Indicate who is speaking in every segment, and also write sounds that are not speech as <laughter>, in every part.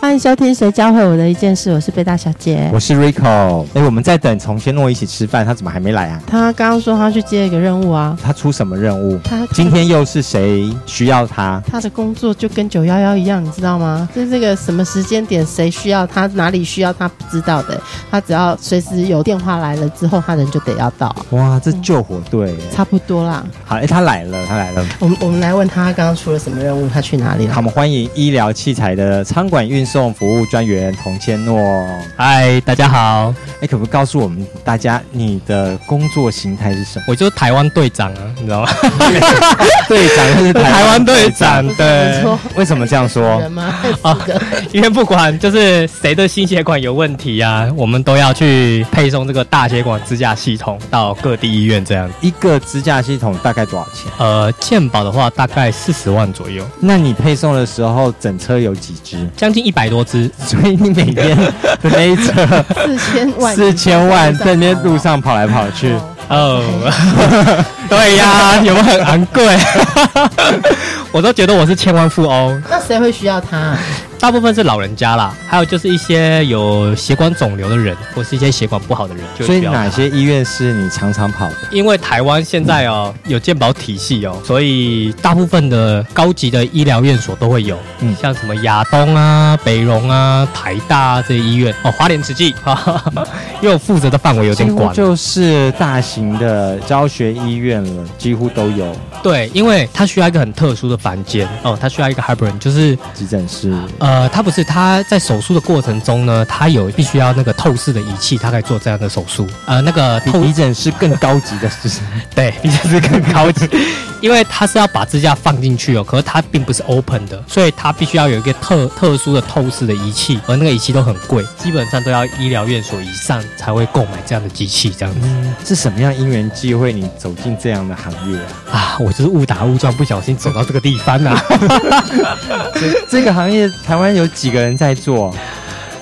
Speaker 1: 欢迎收听《谁教会我的一件事》，我是贝大小姐。
Speaker 2: 我是 Rico。哎、我们在等从仙诺一起吃饭，他怎么还没来啊？
Speaker 1: 他刚刚说他去接一个任务啊，
Speaker 2: 他出什么任务？
Speaker 1: 他
Speaker 2: 今天又是谁需要他？
Speaker 1: 他的工作就跟九幺幺一样，你知道吗？在这个什么时间点谁需要他，哪里需要他不知道的，他只要随时有电话来了之后，他人就得要到，
Speaker 2: 哇，这救火队耶！嗯
Speaker 1: 差不多啦。
Speaker 2: 嗯好，哎、他来了，他来了。
Speaker 1: 我们我们来问他刚刚出了什么任务，他去哪里
Speaker 2: 好，我
Speaker 1: 了？
Speaker 2: 们欢迎医疗器材的仓管运送服务专员童千诺。嗨，大家好。哎、可不可以告诉我们大家你的工作形态是什么？
Speaker 3: 我就是台湾队长啊，你知道吗？ <laughs>
Speaker 2: 队长，他是
Speaker 3: 台湾队
Speaker 2: 长
Speaker 3: 长，
Speaker 1: 没
Speaker 3: 对，
Speaker 1: 错，
Speaker 2: 为什么这样说啊
Speaker 1: 人？吗？四个
Speaker 3: 因为不管就是谁的心血管有问题啊，我们都要去配送这个大血管支架系统到各地医院这样。
Speaker 2: 一个支架系统大概多少钱？
Speaker 3: 呃，健保的话大概四十万左右，
Speaker 2: 那你配送的时候，整车有几只？
Speaker 3: 将近一百多只。
Speaker 2: <laughs> 所以你每天 <laughs> 的那一车
Speaker 1: 四千万，
Speaker 2: 四千万在那边路上跑来跑去，
Speaker 3: 哦， <laughs> 对呀、有没有很昂贵？ <laughs> 我都觉得我是千万富翁，
Speaker 1: 那谁会需要他啊、
Speaker 3: 大部分是老人家啦，还有就是一些有血管肿瘤的人，或是一些血管不好的人。就
Speaker 2: 所以
Speaker 3: 需要
Speaker 2: 哪
Speaker 3: 它
Speaker 2: 些医院是你常常跑的？
Speaker 3: 因为台湾现在哦有健保体系哦，所以大部分的高级的医疗院所都会有，
Speaker 2: 嗯
Speaker 3: 像什么亚东啊、北荣啊、台大啊这些医院哦，花莲慈
Speaker 2: <laughs>
Speaker 3: 济，哈哈哈因为我负责的范围有
Speaker 2: 几
Speaker 3: 点
Speaker 2: 乎
Speaker 3: 广，
Speaker 2: 就是大型的教学医院了，几乎都有
Speaker 3: 对，因为它需要一个很特殊的房间哦，它需要一个 hybrid，就是
Speaker 2: 急诊室。
Speaker 3: 呃，它不是它在手术的过程中呢，它有必须要那个透视的仪器，它可以做这样的手术，呃，那个
Speaker 2: 比
Speaker 3: 透
Speaker 2: 急诊室更高级的是， <laughs>
Speaker 3: 对，比较是更高级，因为它是要把支架放进去哦，可是它并不是 open 的，所以它必须要有一个特特殊的透视的仪器，而那个仪器都很贵，基本上都要医疗院所以上才会购买这样的机器，这样子
Speaker 2: 嗯， <laughs> 是什么样因缘际会你走进这样的行业啊？
Speaker 3: 啊，我就是误打误撞，不小心走到这个地方啊啦、
Speaker 2: 这这个行业台湾有几个人在做？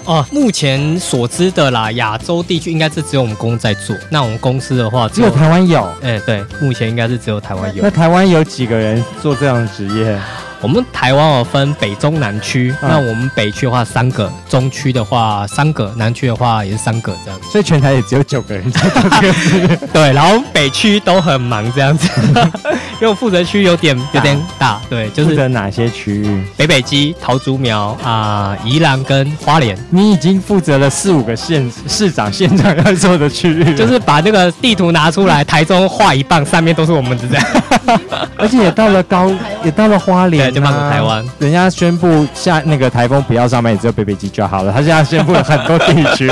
Speaker 3: 哦，目前所知的啦，亚洲地区应该是只有我们公司在做，那我们公司的话
Speaker 2: 只有
Speaker 3: 做。
Speaker 2: 台湾有。
Speaker 3: 哎、对，目前应该是只有台湾有
Speaker 2: 那。台湾有几个人做这样的职业？
Speaker 3: 我们台湾哦分北中南区，
Speaker 2: 嗯
Speaker 3: 那我们北区的话三个，中区的话三个，南区的话也是三个这样子。
Speaker 2: 所以全台也只有九个人在做这个职业。
Speaker 3: 对，然后北区都很忙这
Speaker 2: <laughs>
Speaker 3: 样子，因为我负责区有点有点大，对，就
Speaker 2: 负
Speaker 3: 是
Speaker 2: 责哪些区域？
Speaker 3: 北北基、桃竹苗啊、宜兰跟花莲，
Speaker 2: 你已经负责了四五个县市长、县长要做的区域了，
Speaker 3: 就是把那个地图拿
Speaker 2: <laughs>
Speaker 3: 出来，台中画一半，上面都是我们的这样。
Speaker 2: 而且也到了高，也到了花莲、啊，
Speaker 3: 对就放给台湾。
Speaker 2: 人家宣布下那个台风不要上班，也只有北北基就好了。他现在宣布了很多地 <laughs> 区，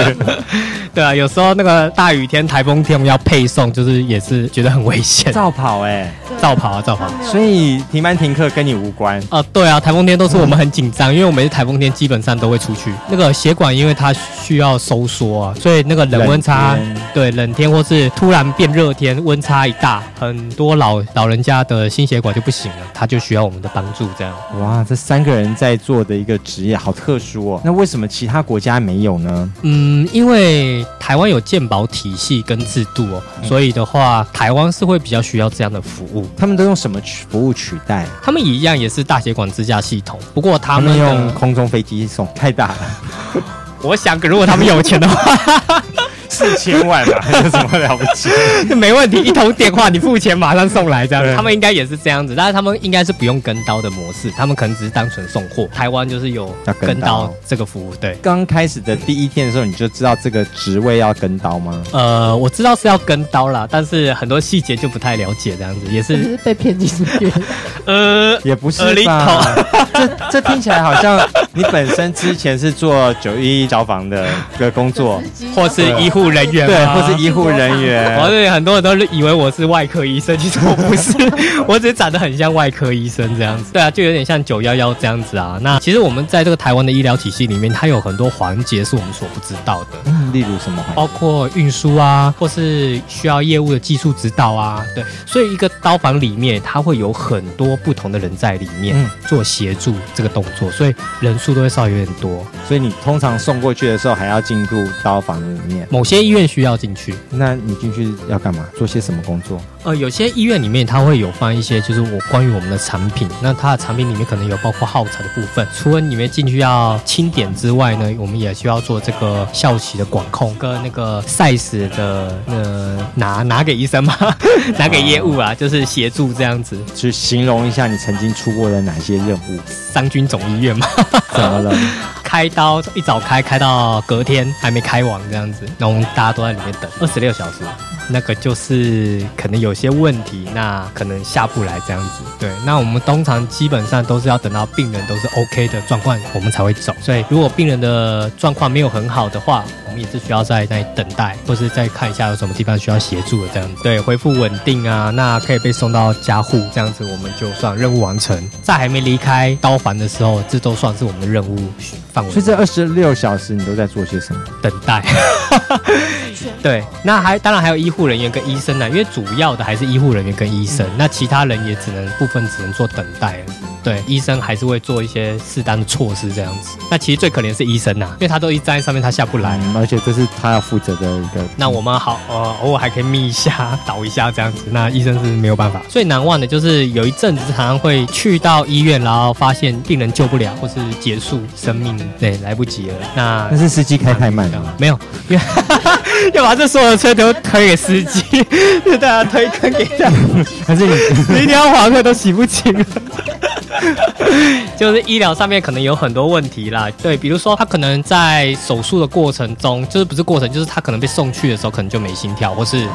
Speaker 3: 对啊，有时候那个大雨天、台风天，我们要配送，就是也是觉得很危险，
Speaker 2: 照跑哎、
Speaker 3: 造跑啊，造跑。
Speaker 2: 所以停班停课跟你无关。
Speaker 3: 啊，对啊，台风天都是我们很紧张，因为我们是台风天基本上都会出去。那个血管因为它需要收缩啊，所以那个冷温差，
Speaker 2: 冷天
Speaker 3: 对冷天或是突然变热天，温差一大，很多老老人家的心血管就不行了，他就需要我们的帮助。这样，
Speaker 2: 哇，这三个人在做的一个职业好特殊哦。那为什么其他国家没有呢？
Speaker 3: 嗯，因为台湾有健保体系跟制度哦，所以的话，台湾是会比较需要这样的服务。
Speaker 2: 他们都用什么取服务取代？
Speaker 3: 他们一样也是大血管支架系统，不过他
Speaker 2: 他
Speaker 3: 们
Speaker 2: 们
Speaker 3: 的
Speaker 2: 用，空中飞机送，太大 <laughs> 了，
Speaker 3: 我想如果他们有钱的话。
Speaker 2: 四千万吧，有什么了不起？
Speaker 3: <laughs> 没问题，一通电话你付钱马上送来这样
Speaker 2: 对
Speaker 3: 子。他们应该也是这样子，但是他们应该是不用跟刀的模式，他们可能只是单纯送货。台湾就是有
Speaker 2: 要跟
Speaker 3: 跟
Speaker 2: 刀
Speaker 3: 刀这个服务，对。
Speaker 2: 刚开始的第一天的时候，你就知道这个职位要跟刀吗？
Speaker 3: 呃，我知道是要跟刀啦，但是很多细节就不太了解，这样子也
Speaker 1: 就是是
Speaker 2: <laughs>
Speaker 1: 被骗进去。
Speaker 3: 呃，
Speaker 2: 也不是
Speaker 3: 呃，里
Speaker 2: 吧？这这听起来好像你本身之前是做九一一消防的的工作，
Speaker 3: 或是医护人员
Speaker 2: 对，
Speaker 3: 吗
Speaker 2: 或是医护人
Speaker 3: <laughs>
Speaker 2: 员，
Speaker 3: 我对很多人都以为我是外科医生，其实我不是， <laughs> 我只是长得很像外科医生这样子。对啊，就有点像九幺幺这样子啊。那其实我们在这个台湾的医疗体系里面，它有很多环节是我们所不知道的。
Speaker 2: 嗯例如什么环节？
Speaker 3: 包括运输啊，或是需要业务的技术指导啊，对，所以一个刀房里面，它会有很多不同的人在里面、
Speaker 2: 嗯
Speaker 3: 做协助这个动作，所以人数都会稍微有点多。
Speaker 2: 所以你通常送过去的时候还要进入刀房里面，
Speaker 3: 某些医院需要进去，
Speaker 2: 那你进去要干嘛？做些什么工作？
Speaker 3: 呃，有些医院里面它会有放一些，就是我关于我们的产品，那它的产品里面可能有包括耗材的部分。除了里面进去要清点之外呢，我们也需要做这个效期的管控跟那个 size 的呃拿拿给医生嘛， <laughs> 拿给业务啊，就是协助这样子。
Speaker 2: 去形容一下你曾经出过的哪些任务？
Speaker 3: 商军总医院嘛， <laughs>
Speaker 2: 怎么了？
Speaker 3: 开刀一早开开到隔天还没开完这样子，然后我们大家都在里面等二十六小时。那个就是可能有些问题，那可能下不来这样子。对，那我们通常基本上都是要等到病人都是 OK 的状况，我们才会走。所以如果病人的状况没有很好的话，我们也是需要在那里等待，或是再看一下有什么地方需要协助的这样子。对，恢复稳定啊，那可以被送到家护这样子，我们就算任务完成。在还没离开刀房的时候，这都算是我们的任务范围
Speaker 2: 所以。这二十六小时你都在做些什么？
Speaker 3: 等待。 <laughs> 对，那还当然还有医护人员跟医生啊呢，因为主要的还是医护人员跟医生，那其他人也只能部分只能做等待了。对，医生还是会做一些适当的措施这样子。那其实最可怜是医生呐、啊因为他都一直站在上面，他下不来。
Speaker 2: 嗯而且这是他要负责的一个。
Speaker 3: 哎那我们好，呃，偶尔还可以眯一下、倒一下这样子。那医生是没有办法。最难忘的就是有一阵子常常会去到医院，然后发现病人救不了，或是结束生命，对，来不及了。那
Speaker 2: 那是司机开太慢了吗。
Speaker 3: 没有，因为 <laughs> 要把这所有的车都推给司机， <laughs> 就大家推坑给
Speaker 2: <laughs>
Speaker 3: 他，
Speaker 2: 但是你
Speaker 3: 你一定要黄课都洗不清了。就是医疗上面可能有很多问题啦，对，比如说他可能在手术的过程中，就是不是过程，就是他可能被送去的时候可能就没心跳，或是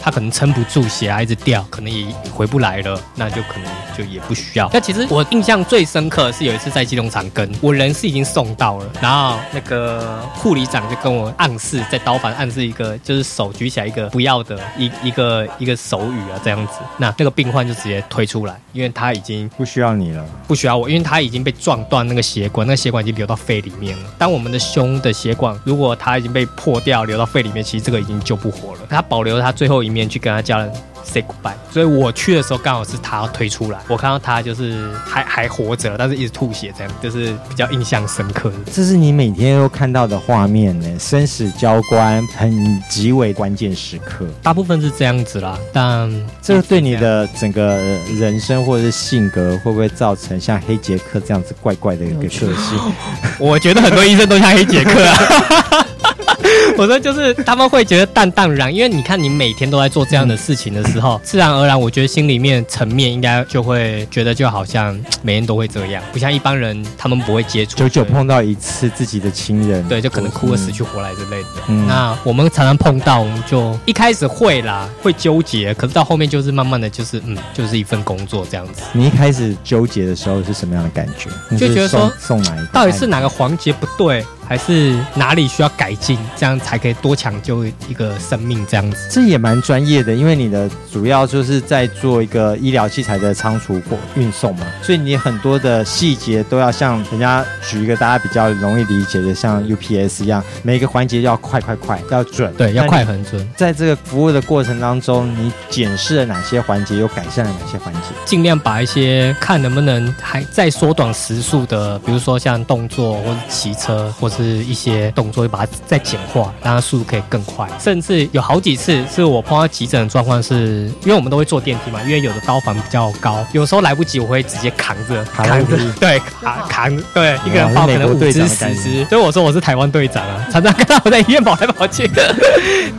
Speaker 3: 他可能撑不住血啊压一直掉，可能也回不来了，那就可能就也不需要。那其实我印象最深刻的是有一次在基隆长庚，我人是已经送到了，然后那个护理长就跟我暗示，在刀房暗示一个就是手举起来一个不要的一一个一个手语啊这样子，那那个病患就直接推出来，因为他已经
Speaker 2: 不需要你了，
Speaker 3: 不需要我，因为他已经被撞断那个血管，那个血管已经流到肺里面了。当我们的胸的血管如果它已经被破掉流到肺里面，其实这个已经救不活了。他保留了他最后一面去跟他家人 say goodbye。所以我去的时候刚好是他要推出来，我看到他就是还还活着，但是一直吐血，这样就是比较印象深刻的。
Speaker 2: 这是你每天都看到的画面呢，生死交关，很极为关键时刻。
Speaker 3: 大部分是这样子啦，但
Speaker 2: 这对你的整个人生或者是性格，会不会造成像黑杰克这样子怪怪的一
Speaker 3: 嗯
Speaker 2: 个特性？
Speaker 3: 哦我觉得很多医生都像黑杰 <laughs> 克啊。我说就是他们会觉得淡淡然，因为你看你每天都在做这样的事情的时候，自然而然，我觉得心里面层面应该就会觉得就好像每天都会这样，不像一般人他们不会接触，
Speaker 2: 久久
Speaker 3: 对
Speaker 2: 碰到一次自己的亲人，
Speaker 3: 对，就可能哭
Speaker 2: 或
Speaker 3: 个
Speaker 2: 是
Speaker 3: 死去活来之类的。
Speaker 2: 嗯
Speaker 3: 那我们常常碰到，我们就一开始会啦，会纠结，可是到后面就是慢慢的就是嗯，就是一份工作这样子。
Speaker 2: 你一开始纠结的时候是什么样的感觉？你
Speaker 3: 就觉得说
Speaker 2: 送送哪一个？
Speaker 3: 到底是哪个环节不对，还是哪里需要改进，这样才可以多抢救一个生命这样子。
Speaker 2: 这也蛮专业的，因为你的主要就是在做一个医疗器材的仓储或运送嘛，所以你很多的细节都要像人家举一个大家比较容易理解的，像 UPS 一样，每一个环节要快快快，要准，
Speaker 3: 对，
Speaker 2: 那
Speaker 3: 要
Speaker 2: 你
Speaker 3: 快。很准，
Speaker 2: 在这个服务的过程当中，你检视了哪些环节，又改善了哪些环节？
Speaker 3: 尽量把一些看能不能还再缩短时速的，比如说像动作或是骑车或是一些动作，把它再简化，让它速度可以更快。甚至有好几次是我碰到急诊的状况是，因为我们都会坐电梯嘛，因为有的刀房比较高，有时候来不及，我会直接扛着
Speaker 2: 扛
Speaker 3: 扛着
Speaker 2: 电梯，
Speaker 3: 对，扛扛对，一个人
Speaker 2: 哇是
Speaker 3: 抱可
Speaker 2: 美
Speaker 3: 能
Speaker 2: 国
Speaker 3: 五
Speaker 2: 队
Speaker 3: 只
Speaker 2: 长的概
Speaker 3: 十
Speaker 2: 念
Speaker 3: 只，所以啊我说我是台湾队长啊，常常看到我在医院跑来跑去， <laughs>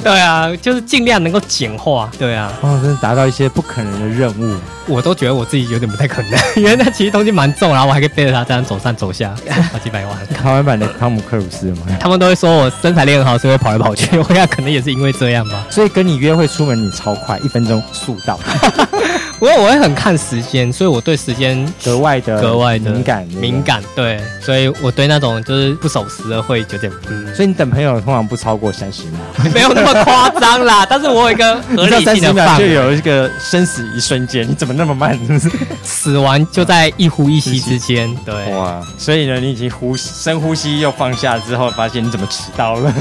Speaker 3: 对啊，就是尽量能够简化，对啊。
Speaker 2: 哇，哦真的达到一些不可能的任务。
Speaker 3: 我都觉得我自己有点不太可能， <laughs> 因为那其实东西蛮重，然后我还可以背着它这样走上走下，好几百万。 <laughs>
Speaker 2: 台湾版的汤姆克鲁斯吗？
Speaker 3: 他们都会说我身材练很好，所以会跑来跑去。我想可能也是因为这样吧。
Speaker 2: <laughs> 所以跟你约会出门，你超快，一分钟速到。
Speaker 3: 我我会很看时间，所以我对时间
Speaker 2: 格外的
Speaker 3: 格外的
Speaker 2: 敏感，对不对
Speaker 3: 呃敏。感，对，所以我对那种就是不守时的会有点 <laughs> 嗯，
Speaker 2: 所以你等朋友通常不超过三十秒，
Speaker 3: 没有那么夸张啦， <laughs> 但是我有一个合理
Speaker 2: 三
Speaker 3: 性
Speaker 2: 十
Speaker 3: 的
Speaker 2: 秒
Speaker 3: 范
Speaker 2: 就
Speaker 3: 围，
Speaker 2: 有一个生死一瞬间，你怎么那么慢？是不是
Speaker 3: 死亡就在一呼一吸之间，对，
Speaker 2: <laughs> 哇！ <laughs> 所以呢，你已经呼吸深呼吸又放下之后，发现你怎么迟到了？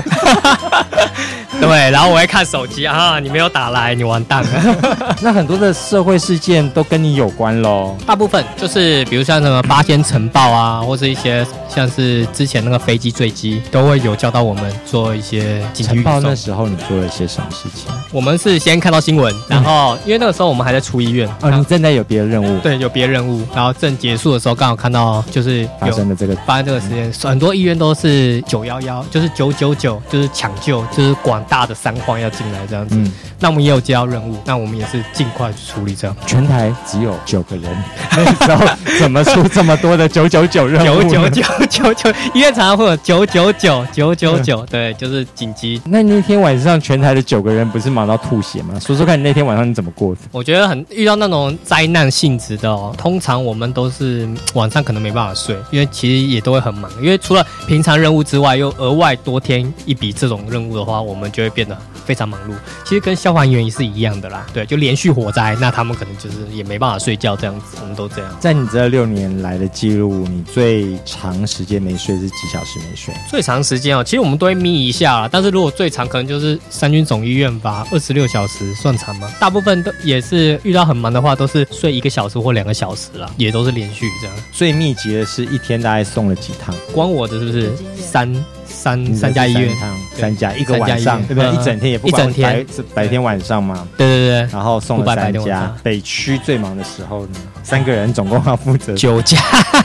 Speaker 3: 对，然后我会看手机啊，你没有打来，你完蛋了。
Speaker 2: <laughs> 那很多的社会事件都跟你有关喽。
Speaker 3: 大部分就是比如像什么八仙城爆啊，或是一些像是之前那个飞机坠机，都会有教到我们做一些紧急
Speaker 2: 晨
Speaker 3: 预
Speaker 2: 报那
Speaker 3: 送。
Speaker 2: 时候你做了些什么事情？
Speaker 3: 我们是先看到新闻，然后因为那个时候我们还在出医院，
Speaker 2: 哦，你正在有别的任务，
Speaker 3: 对，有别任务，然后正结束的时候刚好看到就是
Speaker 2: 发
Speaker 3: 有
Speaker 2: 生了这个
Speaker 3: 发生这个事件，很多医院都是九幺幺，就是九九九，就是抢救，就是广大的三荒要进来这样子。
Speaker 2: 嗯
Speaker 3: 那我们也有接到任务，那我们也是尽快去处理这样。
Speaker 2: 全台只有九个人， <laughs> 那时候怎么出这么多的九九九任
Speaker 3: <laughs> 九
Speaker 2: 务？
Speaker 3: 九。九九九， <laughs> 医院常常会有九九九九九九，对，就是紧急。
Speaker 2: <laughs> 那那天晚上全台的九个人不是忙到吐血吗？说说看你那天晚上你怎么过的？
Speaker 3: 我觉得很遇到那种灾难性质的哦，通常我们都是嗯晚上可能没办法睡，因为其实也都会很忙，因为除了平常任务之外，又额外多添一笔这种任务的话，我们就会变得非常忙碌。其实跟消防员也是一样的啦，对，就连续火灾，那他们可能就是也没办法睡觉这样子，我们都这样。
Speaker 2: 在你这六年来的记录，你最长时间没睡是几小时没睡？
Speaker 3: 最长时间哦，其实我们都会眯一下啦，但是如果最长可能就是三军总医院吧，二十六小时算长吗？大部分都也是遇到很忙的话，都是睡一个小时或两个小时啦，也都是连续这样。
Speaker 2: 最密集的是一天大概送了几趟？
Speaker 3: 光我的是不是
Speaker 1: 经验
Speaker 3: 三三
Speaker 2: 你
Speaker 3: 嗯三家医院
Speaker 2: 三？趟，
Speaker 3: 对
Speaker 2: 三家一个晚
Speaker 3: 三家医
Speaker 2: 上，
Speaker 3: 院
Speaker 2: 对不对？
Speaker 3: 嗯
Speaker 2: 一整天也不管
Speaker 3: 一整天
Speaker 2: 白白天晚上嘛。
Speaker 3: 对对对对，
Speaker 2: 然后送
Speaker 3: 不
Speaker 2: 了
Speaker 3: 白白
Speaker 2: 三
Speaker 3: 天晚
Speaker 2: 家
Speaker 3: 上，
Speaker 2: 北区最忙的时候呢，三个人总共要负
Speaker 3: <laughs>
Speaker 2: 责
Speaker 3: 九家，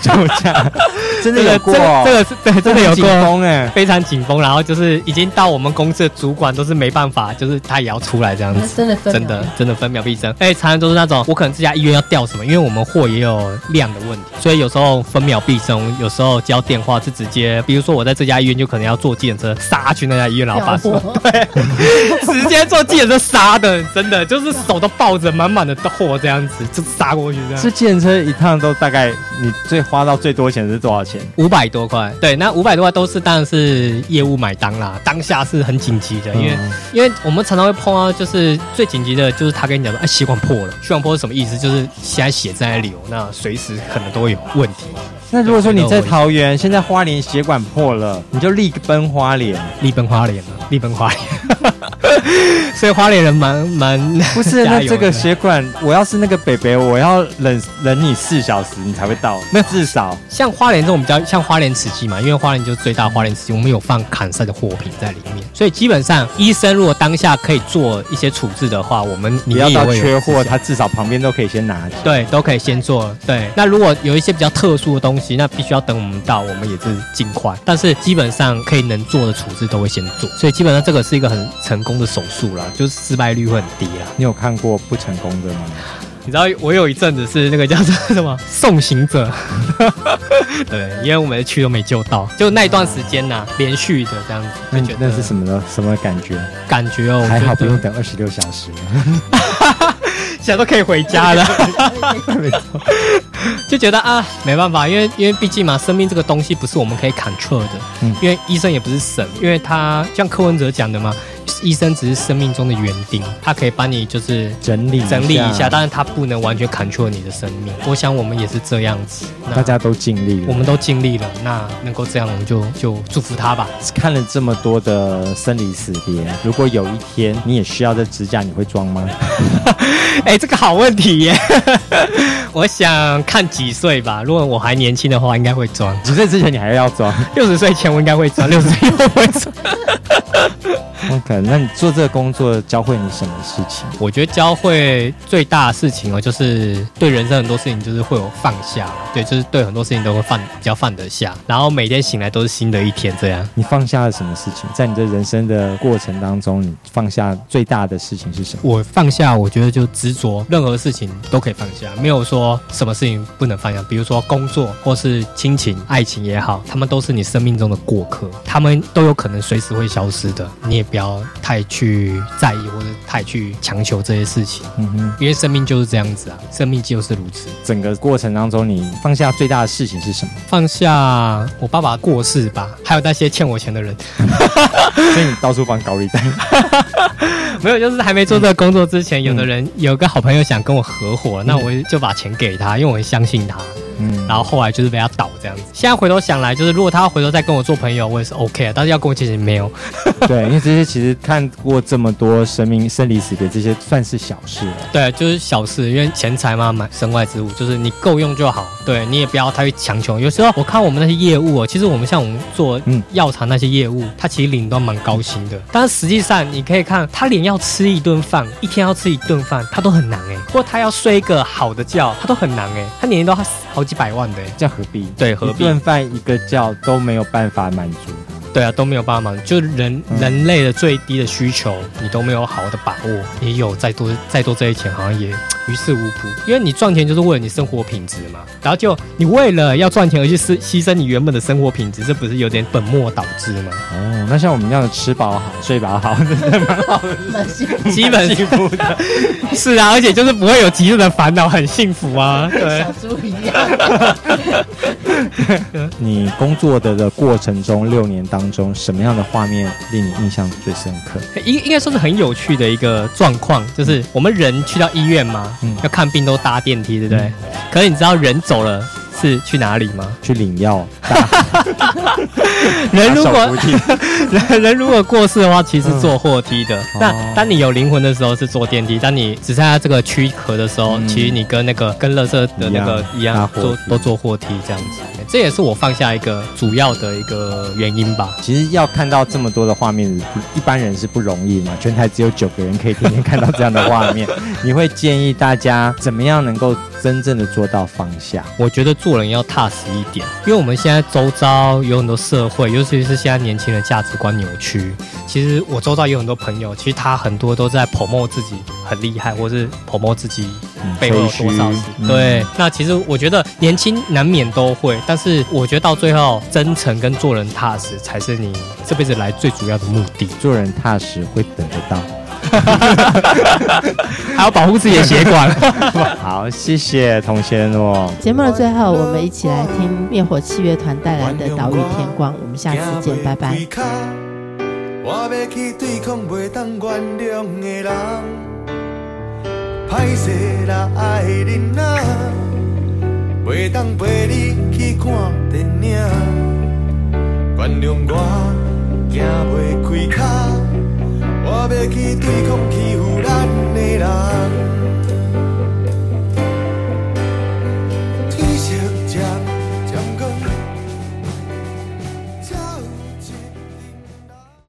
Speaker 2: 九家，真的有过
Speaker 3: 这
Speaker 2: 哦，
Speaker 3: 个这个是对，真的有
Speaker 2: 紧
Speaker 3: 过。嗯
Speaker 2: 绷哎，
Speaker 3: 非常紧绷，然后就是已经到我们公司的主管都是没办法，就是他也要出来这样
Speaker 1: 那
Speaker 3: 子。
Speaker 1: 真的分
Speaker 3: 真
Speaker 1: 秒
Speaker 3: 的真的分秒必争。哎，常常都是那种，我可能这家医院要调什么，因为我们货也有量的问题，所以有时候分秒必争。有时候接到电话是直接，比如说我在这家医院就可能要坐计程车杀去那家医院，然后把
Speaker 1: 秒
Speaker 3: 说
Speaker 1: <laughs> 火
Speaker 3: <laughs> 直接坐计程车杀的，真的就是手都抱着满满的货这样子就杀过去这样
Speaker 2: 这。计程车一趟都大概你最花到最多钱是多少钱？
Speaker 3: 五百多块，对，那五百多块都是当然是业务买单啦，当下是很紧急的，因为、
Speaker 2: 嗯
Speaker 3: 因为我们常常会碰到，就是最紧急的，就是他跟你讲说，哎，血管破了，血管破是什么意思？就是现在血正在流，那随时可能都会有问题，
Speaker 2: 那如果说你在桃园，现在花莲血管破了，你就立奔花莲，
Speaker 3: 力奔花莲嘛，力奔花莲， <laughs> 所以花莲人蛮蛮
Speaker 2: <laughs> 不是？
Speaker 3: <laughs> 加
Speaker 2: 那
Speaker 3: 油
Speaker 2: 这个
Speaker 3: 的
Speaker 2: 血管，我要是那个北北，我要忍忍你四小时，你才会到，那至少
Speaker 3: 像花莲这种比较像花莲慈济嘛，因为花莲就是最大的花莲慈济，我们有放砍晒的货品在里面，所以基本上医生如果当下可以做一些处置的话，我们
Speaker 2: 不
Speaker 3: 里面
Speaker 2: 要
Speaker 3: 也
Speaker 2: 到
Speaker 3: 会有
Speaker 2: 缺
Speaker 3: 资
Speaker 2: 货，
Speaker 3: 源
Speaker 2: 它至少旁边都可以先拿着。
Speaker 3: 对，都可以先做。对，那如果有一些比较特殊的东西，那必须要等我们到，我们也是尽快。但是基本上可以能做的处置都会先做，所以基本上这个是一个很成功的手术啦，就是失败率会很低啦。
Speaker 2: 你有看过不成功的吗？
Speaker 3: 你知道我有一阵子是那个叫做什 <laughs> 么送行者，对，因为我每次去都没救到，就那一段时间呐、连续的这样子，
Speaker 2: 那
Speaker 3: 就
Speaker 2: 你
Speaker 3: 觉得
Speaker 2: 那是什么呢？什么感觉？
Speaker 3: 感觉哦？我
Speaker 2: 还好
Speaker 3: 觉
Speaker 2: 不
Speaker 3: 得
Speaker 2: 用等二十六小
Speaker 3: <laughs>
Speaker 2: 时。 <laughs>
Speaker 3: 现在都可以回家了，就觉得啊，没办法，因为因为毕竟嘛，生命这个东西不是我们可以 control 的，
Speaker 2: 嗯
Speaker 3: 因为医生也不是神，因为他像柯文哲讲的嘛，医生只是生命中的园丁，他可以帮你就是
Speaker 2: 整理
Speaker 3: 整理一下，但是他不能完全 control 你的生命。我想我们也是这样子，那
Speaker 2: 大家都尽力了。
Speaker 3: 我们都尽力了，那能够这样，我们就就祝福他吧。
Speaker 2: 看了这么多的生离死别，如果有一天你也需要这指甲，你会装 <laughs> 吗？
Speaker 3: <laughs> 哎、这个好问题耶， <laughs> 我想看几岁吧，如果我还年轻的话，应该会装。
Speaker 2: 几岁之前你还要装
Speaker 3: 六十岁前我应该会装，六十岁后会装。
Speaker 2: ？OK，那你做这个工作教会你什么事情？
Speaker 3: 我觉得教会最大的事情哦，就是对人生很多事情就是会有放下，对，就是对很多事情都会放比较放得下，然后每天醒来都是新的一天这样。
Speaker 2: 你放下了什么事情？在你的人生的过程当中，你放下最大的事情是什么？
Speaker 3: 我放下，我觉得就执着，任何事情都可以放下，没有说说什么事情不能放下，比如说工作或是亲情、爱情也好，他们都是你生命中的过客，他们都有可能随时会消失的，你也不要太去在意或者太去强求这些事情，
Speaker 2: 嗯哼，
Speaker 3: 因为生命就是这样子啊，生命就是如此。
Speaker 2: 整个过程当中，你放下最大的事情是 <laughs> 什么？
Speaker 3: 放下我爸爸过世吧，还有那些欠我钱的人， <laughs>
Speaker 2: 所以你到处放高利贷，
Speaker 3: 没有，就是还没做这个工作之前，有的人有个好朋友想跟我合伙，那我就把钱给他，因为我很相信他。
Speaker 2: 嗯，
Speaker 3: 然后后来就是被他倒这样子。现在回头想来，就是如果他回头再跟我做朋友，我也是 OK 啊。但是要跟我借钱没有，
Speaker 2: 对，因为这些其实看过这么多生命生离死别，这些算是小事了。
Speaker 3: 对，就是小事，因为钱财嘛，买身外之物，就是你够用就好。对你也不要太去强求。有时候我看我们那些业务哦，其实我们像我们做
Speaker 2: 嗯
Speaker 3: 药厂那些业务，他其实领都蛮高薪的。但是实际上你可以看，他连要吃一顿饭，一天要吃一顿饭，他都很难哎、或他要睡一个好的觉，他都很难哎、他年年都要好几百万的哎、
Speaker 2: 这样何必？
Speaker 3: 对何必
Speaker 2: 一顿饭一个觉都没有办法满足
Speaker 3: 对啊，都没有帮忙，就人、
Speaker 2: 嗯
Speaker 3: 人类的最低的需求，你都没有好的把握，你有再多再多这些钱，好像也于事无补，因为你赚钱就是为了你生活品质嘛，然后就你为了要赚钱而去牺牺牲你原本的生活品质，这不是有点本末倒置
Speaker 2: <laughs>
Speaker 3: 吗？
Speaker 2: 哦。那像我们这样的吃饱好、睡饱好，
Speaker 1: 蛮幸福
Speaker 3: 基本幸福的，是啊，而且就是不会有极度的烦恼，很幸福
Speaker 2: <laughs>
Speaker 3: 啊，对
Speaker 1: 小。猪一样。
Speaker 2: <laughs> 你工作的的过程中，六年当中，什么样的画面令你印象最深刻？
Speaker 3: 应应该说是很有趣的一个状况，就是我们人去到医院嘛，
Speaker 2: 嗯
Speaker 3: 要看病都搭电梯，对不对？可是你知道人走了是去哪里吗？
Speaker 2: 去领药， <laughs>
Speaker 3: 人
Speaker 2: 打
Speaker 3: <laughs> 如
Speaker 2: 手
Speaker 3: 果
Speaker 2: 扶梯
Speaker 3: 人人如果过世的话，其实是坐货梯的。
Speaker 2: 嗯哦
Speaker 3: 那当你有灵魂的时候是坐电梯，当你只剩下这个躯壳的时候，
Speaker 2: 嗯
Speaker 3: 其实你跟那个跟垃圾的那个
Speaker 2: 一样
Speaker 3: 一样
Speaker 2: 搭，货
Speaker 3: 坐
Speaker 2: 梯
Speaker 3: 都坐货梯这样子。这也是我放下一个主要的一个原因吧。
Speaker 2: 其实要看到这么多的画面，一般人是不容易嘛。全台只有九个人可以天天看到这样的画
Speaker 3: <laughs>
Speaker 2: 面，你会建议大家怎么样能够真正的做到放下？
Speaker 3: 我觉得做人要踏实一点，因为我们现在周遭有很多社会，尤其是现在年轻人价值观扭曲。其实我周遭有很多朋友，其实他很多都在 promote 自己很厉害，或是 promote 自己
Speaker 2: 嗯
Speaker 3: 背后有多少事。对，，那其实我觉得年轻难免都会，但是我觉得到最后，真诚跟做人踏实才是你这辈子来最主要的目的，
Speaker 2: 做人踏实会等得
Speaker 3: <laughs>
Speaker 2: 到。
Speaker 3: 还要保护自己的血管。
Speaker 2: <laughs> 好，谢谢童先诺。
Speaker 1: 节目的最后，我们一起来听灭火器乐团带来的《岛屿天光》，我们下次见，拜拜。。
Speaker 4: 我要去对抗袂当原谅的人，歹势啦，爱人啊，袂当陪你去看电影。原谅我，行袂开脚，我要去对抗欺负咱的人。